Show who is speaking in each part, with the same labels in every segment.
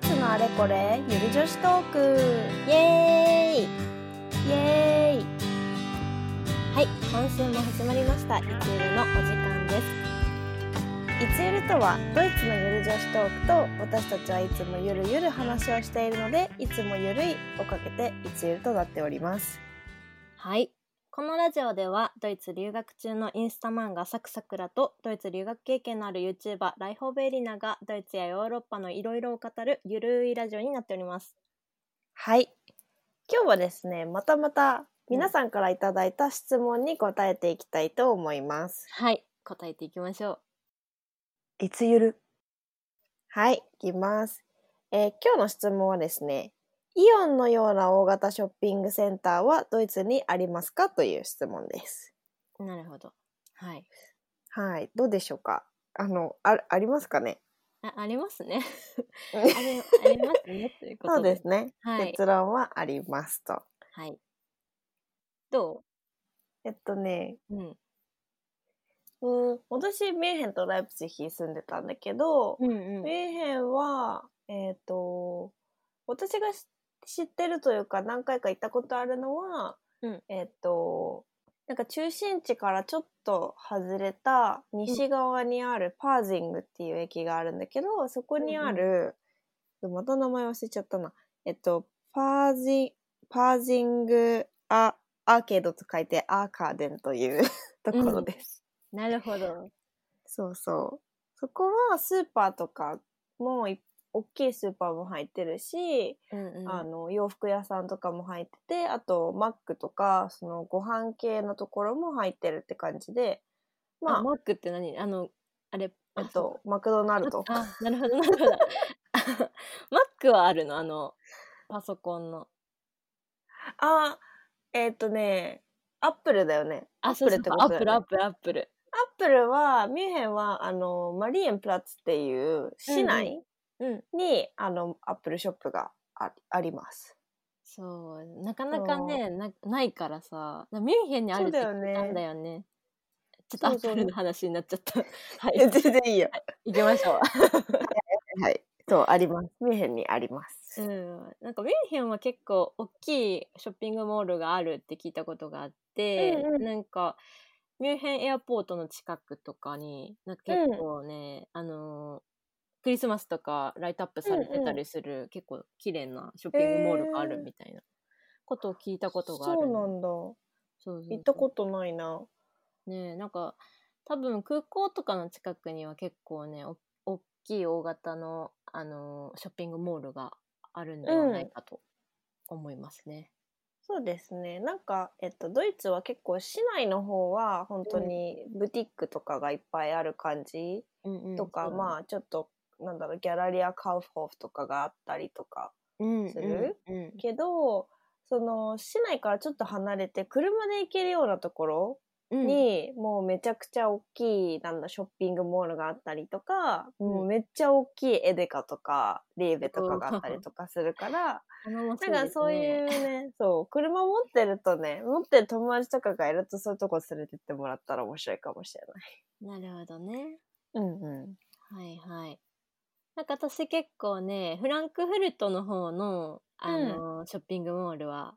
Speaker 1: ツのあれこれゆる女子トーク
Speaker 2: イエーイ
Speaker 1: イエーイ
Speaker 2: はい今週も始まりました「いつゆる」のお時間です
Speaker 1: いつゆるとはドイツのゆる女子トークと私たちはいつもゆるゆる話をしているのでいつもゆるいをかけていつゆるとなっております
Speaker 2: はいこのラジオではドイツ留学中のインスタ漫画サクサクラとドイツ留学経験のある YouTuber ライホーベエリナがドイツやヨーロッパのいろいろを語るゆるいラジオになっております
Speaker 1: はい今日はですねまたまた皆さんからいただいた質問に答えていきたいと思います、
Speaker 2: はい答えていきましょ
Speaker 1: いつゆるはい、いきます、えー今日の質問はですね、イオンのような大型ショッピングセンターはドイツにありますかという質問です。
Speaker 2: うなるほどはい
Speaker 1: はい、どうでしょうかあの、あありますかね
Speaker 2: あありますね
Speaker 1: うん
Speaker 2: あれありますねということ
Speaker 1: そうですね、
Speaker 2: はい
Speaker 1: 結論はありますと。
Speaker 2: はいど
Speaker 1: えっとね、
Speaker 2: ううん
Speaker 1: うん、私、ミュンヘンとライプツィヒ住んでたんだけど、
Speaker 2: うん
Speaker 1: ミュンヘンは、えっ、と、私がし知ってるというか何回か行ったことあるのは、
Speaker 2: うん
Speaker 1: えっ、と、なんか中心地からちょっと外れた西側にあるパージングっていう駅があるんだけど、そこにある、また名前忘れちゃったな。えっと、パージン、パージングア、アーケードと書いてアーカーデンという ところです。
Speaker 2: なるほど
Speaker 1: そうそう。そこはスーパーとかもい大きいスーパーも入ってるし、
Speaker 2: うんうん
Speaker 1: あの洋服屋さんとかも入っててあとマックとかそのご飯系のところも入ってるって感じでま
Speaker 2: あ
Speaker 1: あ
Speaker 2: マックって何あのあれ
Speaker 1: えっとマクドナルド
Speaker 2: あなるほどなるほど マックはあるのあのパソコンの
Speaker 1: あえっとねアップルだよねア
Speaker 2: あ
Speaker 1: ップルってことだ
Speaker 2: そう
Speaker 1: よ
Speaker 2: そう
Speaker 1: ね
Speaker 2: ア
Speaker 1: ア
Speaker 2: ッ
Speaker 1: ッ
Speaker 2: プルアップル
Speaker 1: プルはミュンヘンはあのマリエンプラッツっていう市内
Speaker 2: アップルうん
Speaker 1: に、あのアップルショップがああります
Speaker 2: そうなかなかねなないからさミュンヘンにあるって聞いたんだよねちょっとア
Speaker 1: そう
Speaker 2: ッ
Speaker 1: そう
Speaker 2: プルの話になっちゃったは
Speaker 1: え
Speaker 2: い
Speaker 1: 全然いいよ
Speaker 2: 行きましょ
Speaker 1: はい。そう、あります。ミュンヘンにあります。
Speaker 2: う、うん、なんかミュンヘンは結構大きいショッピングモールがあるって聞いたことがあって、
Speaker 1: うんうん
Speaker 2: なんかミュンヘンエアポートの近くとかになんか結構ね、あのークリスマスとかライトアップされてたりする、結構綺麗なショッピングモールがあるみたいなことを聞いたことがある
Speaker 1: そう
Speaker 2: の
Speaker 1: なんだ。
Speaker 2: そうそうそう
Speaker 1: 行ったことないな。
Speaker 2: ねえなんか多分空港とかの近くには結構ねお大きい大型の、あのーショッピングモールがあるんではないかと思いますね。
Speaker 1: そうですね。なんか、えっと、ドイツは結構市内の方は本当にブティックとかがいっぱいある感じ
Speaker 2: うんうん
Speaker 1: とか、まあちょっと、なんだろう、ギャラリアカウフホフとかがあったりとか。
Speaker 2: あ、うん
Speaker 1: する
Speaker 2: うんうん
Speaker 1: けど、その市内からちょっと離れて車で行けるようなところ
Speaker 2: うん
Speaker 1: に、もうめちゃくちゃ大きいなんだショッピングモールがあったりとか、
Speaker 2: うん
Speaker 1: もうめっちゃ大きいエデカとかリーベとかがあったりとかするから、
Speaker 2: 頼もしい
Speaker 1: なん
Speaker 2: で
Speaker 1: か
Speaker 2: す
Speaker 1: そう いうね、そう、車持ってるとね、持ってる友達とかがいるとそういうとこ連れてってもらったら面白いかもしれ
Speaker 2: なるほどね。
Speaker 1: ない。うんうん。
Speaker 2: はいはい。なんか私結構ねフランクフルトの方の、あのーショッピングモールは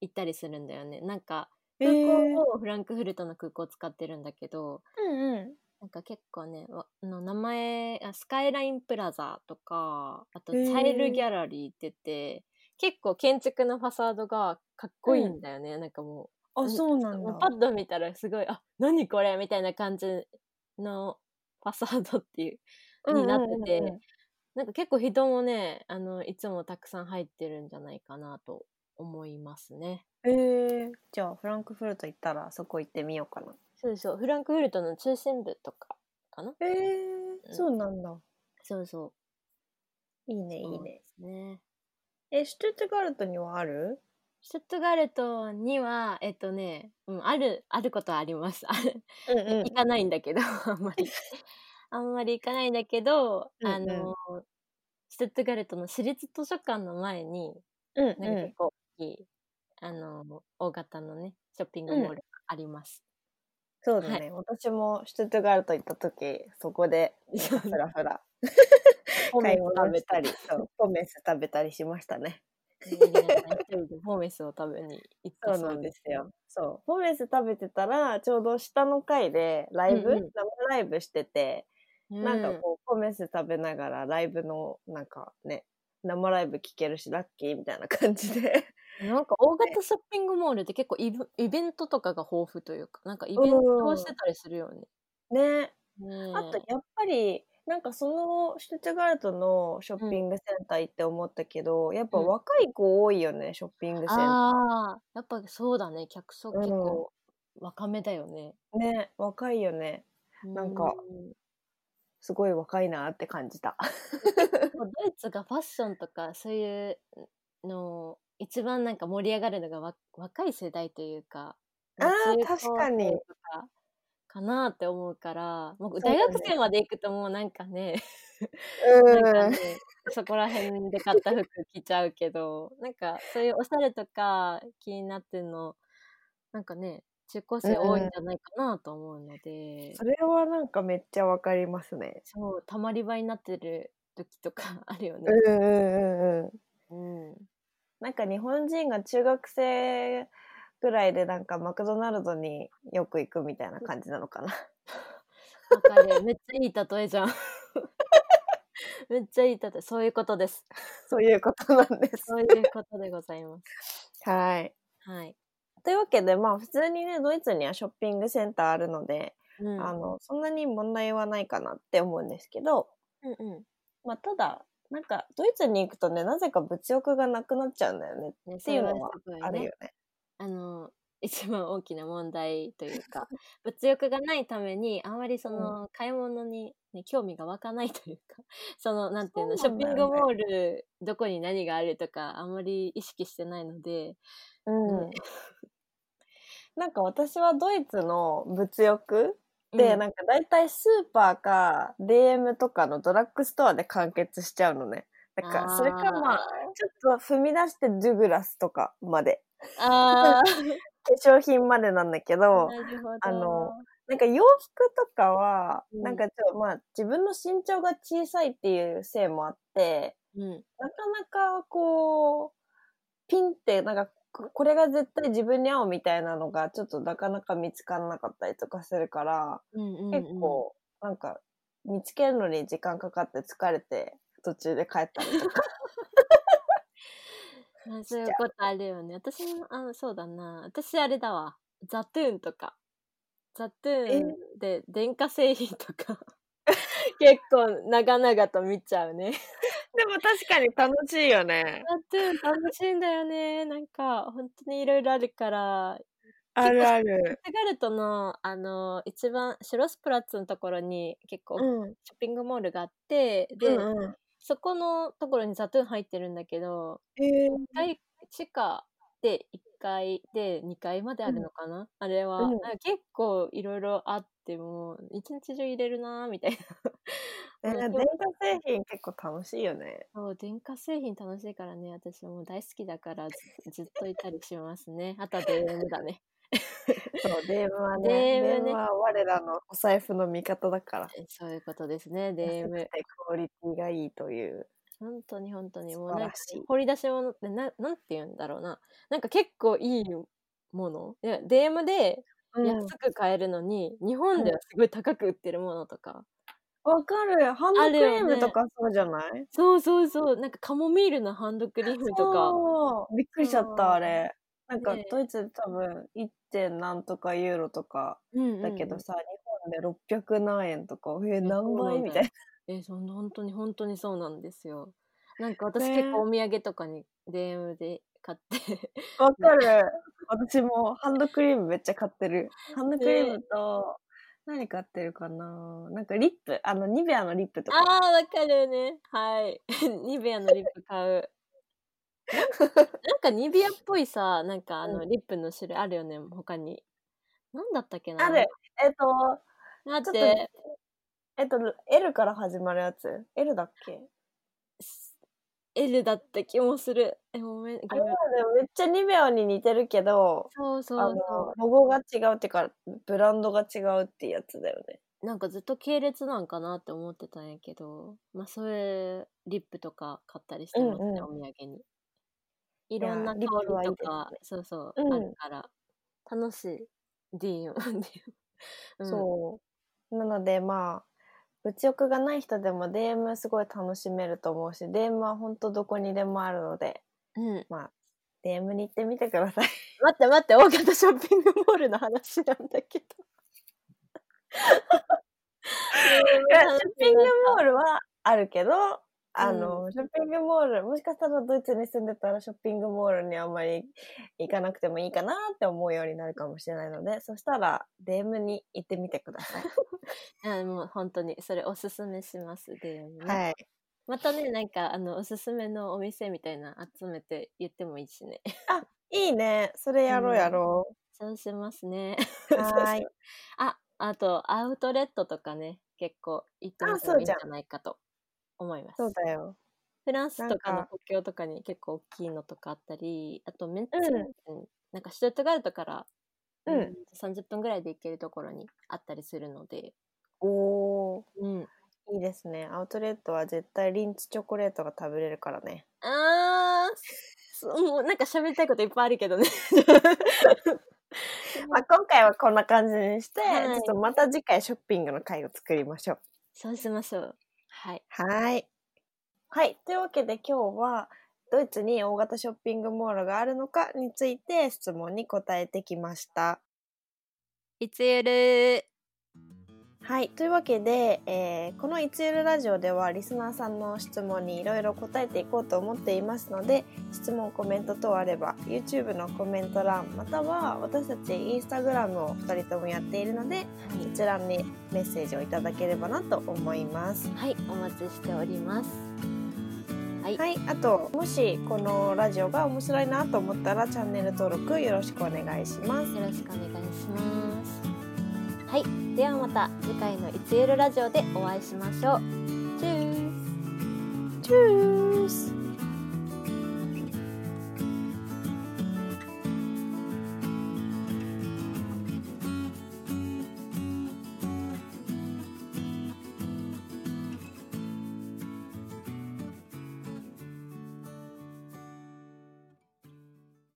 Speaker 2: 行ったりするんだよね。なんか空港をフランクフルトの空港を使ってるんだけど、
Speaker 1: うんうん。
Speaker 2: なんか結構ね、わあの名前あスカイラインプラザとか、あとチ
Speaker 1: へー
Speaker 2: ャイルギャラリーって言って、結構建築のファサードがかっこいいんだよね。なんかもう、
Speaker 1: あ、そうなん
Speaker 2: もう
Speaker 1: だ
Speaker 2: パ。ッと見たらすごい、あ、何これみたいな感じのファサードっていう、になってて、
Speaker 1: うんうんうんうん
Speaker 2: なんか結構人もね、あの、いつもたくさん入ってるんじゃないかなと思いますね。
Speaker 1: えー、じゃあフランクフルト行ったらそこ行ってみようかな。
Speaker 2: そうそう、フランクフルトの中心部とかかな
Speaker 1: え
Speaker 2: う
Speaker 1: ー、
Speaker 2: ん
Speaker 1: そうなんだ。
Speaker 2: そうそ。
Speaker 1: いいね、いう
Speaker 2: そ
Speaker 1: いね。
Speaker 2: うですね。
Speaker 1: え、シュトゥットガルトにはある
Speaker 2: シュットガルトには、えっとね、うん、ある、あることはあります。ある
Speaker 1: うん
Speaker 2: 行かないんだけど、 あんまり。あんまり行かないんだけど、
Speaker 1: うんうん
Speaker 2: あの、シュトゥットガルトの私立図書館の前に、
Speaker 1: うん
Speaker 2: なんか
Speaker 1: う
Speaker 2: 結構大きい、あの、大型のね、ショッピングモールがあります。
Speaker 1: んそうだね、
Speaker 2: は
Speaker 1: 私もシュトゥットガルト行った時そこでふらふ ら
Speaker 2: フォーメ
Speaker 1: 買
Speaker 2: ス食べり
Speaker 1: い物したたり。 そうポメス食べたりしましたね
Speaker 2: いいね一人でフォーメスを食べに行った
Speaker 1: そうなんですよ。そう。ポメス食べてたら、ちょうど下の階でライブ、
Speaker 2: うんうん
Speaker 1: 生ライブしてて、
Speaker 2: そう
Speaker 1: な
Speaker 2: なんんか
Speaker 1: かこう、ポメス食べながらライブの、なんかね、生ライブ聴けるし、ラッキーみたいな感じで。
Speaker 2: なんか大型ショッピングモールって結構イブイベントとかが豊富というか、なんかイベントをしてたりするよね。
Speaker 1: ね。
Speaker 2: ねえ
Speaker 1: あと、やっぱり、なんかその、シュツットガルトのショッピングセンター行って思ったけど、やっぱ若い子多いよね、ショッピングセンター。
Speaker 2: ああ、やっぱそうだね。客層結構若めだよね。
Speaker 1: ね、若いよね。なんか
Speaker 2: うん
Speaker 1: すごい若いなって感じた。
Speaker 2: もうドイツがファッションとかそういうのを一番なんか盛り上がるのがわ若い世代というか
Speaker 1: あー
Speaker 2: 中高
Speaker 1: 確かに
Speaker 2: 生とかかなって思うからもう
Speaker 1: そうだ
Speaker 2: 大
Speaker 1: ね
Speaker 2: 学生まで行くともうなんかねなんかねそこら辺で買った服着ちゃうけどなんかそういうおしゃれとか気になってるのなんかね中高生多いんじゃないかなと思うので、
Speaker 1: それはなんかめっちゃわかりますね。
Speaker 2: そうたまり場になってる時とか あるよ
Speaker 1: う
Speaker 2: ね。
Speaker 1: んうんうんうん。
Speaker 2: うん
Speaker 1: なんか日本人が中学生ぐらいでなんかマクドナルドによく行くみたいな感じなのかな。
Speaker 2: わかる。めっちゃいい例えじゃん。 めっちゃいい例え。そういうことです。
Speaker 1: そういうことなん です。
Speaker 2: そういうことでございます。
Speaker 1: はい。
Speaker 2: はい。
Speaker 1: というわけでまあ普通にねドイツにはショッピングセンターあるので、
Speaker 2: うん
Speaker 1: あのそんなに問題はないかなって思うんですけど、
Speaker 2: うんう
Speaker 1: まあ、ただなんかドイツに行くとねなぜか物欲がなくなっちゃうんだよね
Speaker 2: んね、
Speaker 1: っていうのは
Speaker 2: それすごいね
Speaker 1: あるよね。
Speaker 2: あの、 一番大きな問題というか、物欲がないために、あまりその、買い物に、ね、興味が湧かないというか、 その、なんていうの、シ
Speaker 1: そう
Speaker 2: ョ
Speaker 1: な
Speaker 2: ッ
Speaker 1: んだ
Speaker 2: ピ
Speaker 1: よ
Speaker 2: ン
Speaker 1: ね
Speaker 2: グモール、どこに何があるとか、あまり意識してないので、
Speaker 1: うん、 なんか私はドイツの物欲
Speaker 2: で
Speaker 1: で、なんか大体スーパーか DM とかのドラッグストアで完結しちゃうのね。だから、それかまあ、、ちょっと踏み出してドゥグラスとかまで、
Speaker 2: あーあ
Speaker 1: 化粧品 までなんだ
Speaker 2: ー、
Speaker 1: けど、
Speaker 2: なるほど。
Speaker 1: あの、なんか洋服とかは、
Speaker 2: うん
Speaker 1: なんかちょっとまあ、自分の身長が小さいっていうせいもあって、
Speaker 2: うん、
Speaker 1: なかなかこう、ピンって、なんか、ここれが絶対自分に合うみたいなのが、ちょっとなかなか見つからなかったりとかするから、
Speaker 2: うんうんうん、
Speaker 1: 結構、なんか、見つけるのに時間かかって疲れて、途中で帰ったりとか。
Speaker 2: あそういうことあるよね。私も、あの、そうだな。私あれだわ。ザトゥーンとか。ザトゥーンで電化製品とか。 結構長々と見ちゃうね。
Speaker 1: でも確かに楽しいよね。
Speaker 2: ザトゥーン楽しいんだよね。なんか、本当にいろいろあるから。
Speaker 1: あるある。
Speaker 2: セガルトの、あの、一番、シュロスプラッツのところに結構ショッ
Speaker 1: うん。
Speaker 2: ピングモールがあって、で、
Speaker 1: うんうん。
Speaker 2: そこのところにザトゥーン入ってるんだけど、
Speaker 1: え
Speaker 2: 1階地下で1階で2階まであるのかな、あれは、
Speaker 1: うん
Speaker 2: なんか結構いろいろあってもう一日中入れるなーみたいな
Speaker 1: えー電化製品結構楽しいよね。
Speaker 2: そう電化製品楽しいからね私もう大好きだからずずっといたりしますねあとは DM だね
Speaker 1: そう、DM はね、
Speaker 2: DM ね
Speaker 1: DM は我らのお財布の味方だから。
Speaker 2: えそういうことですね
Speaker 1: 安
Speaker 2: DM
Speaker 1: くてクオリティがいいという。
Speaker 2: 本当に本当に
Speaker 1: 素
Speaker 2: もう
Speaker 1: 晴
Speaker 2: なん
Speaker 1: ら
Speaker 2: か
Speaker 1: しい
Speaker 2: 掘り出し物ってななんて言うんだろうななんか結構いいものいや DM で安く買えるのに、日本ではすごい高く売ってるものとか、
Speaker 1: わかる。ハンドクリー
Speaker 2: あるよ
Speaker 1: ム
Speaker 2: ね
Speaker 1: とかそうじゃない、
Speaker 2: そうそうそう。なんかカモミールのハンドクリームとか。
Speaker 1: そうびっくりしちゃっ
Speaker 2: そう
Speaker 1: た、あれ。なんか
Speaker 2: ねえ
Speaker 1: ドイツで多分 1. 点何とかユーロとか
Speaker 2: うんうん
Speaker 1: だけどさ、日本で600何円とか、え、何倍みたいな。
Speaker 2: え、そんな本当に本当にそうなんですよ。なんか私
Speaker 1: ね
Speaker 2: 結構お土産とかに DM で買って。
Speaker 1: わかる。私もハンドクリームめっちゃ買ってる。ハンドクリームと、何買ってるかななんかリップ、あの、ニベアのリップと
Speaker 2: あ
Speaker 1: か。
Speaker 2: あ、わかるよね。はい。 ニベアのリップ買う。 なんかニベアっぽいさ、なんかあのリップの種類あるよね、他に。なんだったっけな
Speaker 1: ある。えっ、と、
Speaker 2: だっ
Speaker 1: ちょっと
Speaker 2: て、
Speaker 1: えっと、L から始まるやつ ?L だっけ
Speaker 2: L だった気もする。え、ごめん。
Speaker 1: あれはでもめっちゃニベオに似てるけど、
Speaker 2: そうそう
Speaker 1: あの
Speaker 2: そ、
Speaker 1: ロゴが違うっていうか、ブランドが違うってやつだよね。
Speaker 2: う。なんかずっと系列なんかなって思ってたんやけど、まあそういうリップとか買ったりしてますね、
Speaker 1: うんうん
Speaker 2: お土産に。いろんな香
Speaker 1: リップはいい
Speaker 2: り
Speaker 1: で
Speaker 2: と
Speaker 1: すね
Speaker 2: か、そうそう、
Speaker 1: うん
Speaker 2: あるから、楽しい。ディーンを。 うん
Speaker 1: そう。なのでまあ、物欲がない人でも DM すごい楽しめると思うし、DM は本当どこにでもあるので、
Speaker 2: うん。
Speaker 1: DM に行ってみてください。
Speaker 2: 待って待って、大型ショッピングモールの話なんだ けど。
Speaker 1: いやショッピングモールはあるけど、あの、ショッピングモール、もしかしたらドイツに住んでたらショッピングモールにあんまり行かなくてもいいかなって思うようになるかもしれないので、そしたら DM に行ってみてください。
Speaker 2: あもう本当にそれおすすめしますで、ね
Speaker 1: はい。
Speaker 2: またねなんかあのおすすめのお店みたいなの集めて言ってもいいしね
Speaker 1: いいね。それやろうやろ
Speaker 2: そうしますね
Speaker 1: う。
Speaker 2: ん
Speaker 1: はーい。
Speaker 2: ああとアウトレットとかね結構行ってみて
Speaker 1: あそ
Speaker 2: も
Speaker 1: う
Speaker 2: いいんじ
Speaker 1: じゃ
Speaker 2: ゃ
Speaker 1: ん
Speaker 2: ないかと思います
Speaker 1: そうだよ。
Speaker 2: フランスとか
Speaker 1: な
Speaker 2: の
Speaker 1: んか
Speaker 2: 国境とかに結構大きいのとかあったりあとメンツ、
Speaker 1: うん
Speaker 2: なんかシュトゥットガルトから、
Speaker 1: うん
Speaker 2: 30分ぐらいで行けるところにあったりするので、
Speaker 1: おー。
Speaker 2: うん、
Speaker 1: いいですね。アウトレットは絶対リンツチョコレートが食べれるからね。
Speaker 2: あーそうもうなんか喋りたいこといっぱいあるけどね
Speaker 1: まあ、今回はこんな感じにして、
Speaker 2: はい
Speaker 1: ちょっとまた次回ショッピングの回を作りましょう。
Speaker 2: そうしましょうはい
Speaker 1: はい。はい。というわけで今日は、ドイツに大型ショッピングモールがあるのかについて質問に答えてきました。
Speaker 2: いつゆる
Speaker 1: はい。というわけで、えーこのいつゆるラジオではリスナーさんの質問にいろいろ答えていこうと思っていますので、質問、コメント等あれば、YouTube のコメント欄、または私たち Instagram を2人ともやっているので、そちらにメッセージをいただければなと思います。
Speaker 2: はい、お待ちしております。はい、
Speaker 1: はい、あともしこのラジオが面白いなと思ったらチャンネル登録よろしくお願いします。
Speaker 2: よろしくお願いします。はい、ではまた次回のいつゆるラジオでお会いしましょう。チュース
Speaker 1: チュース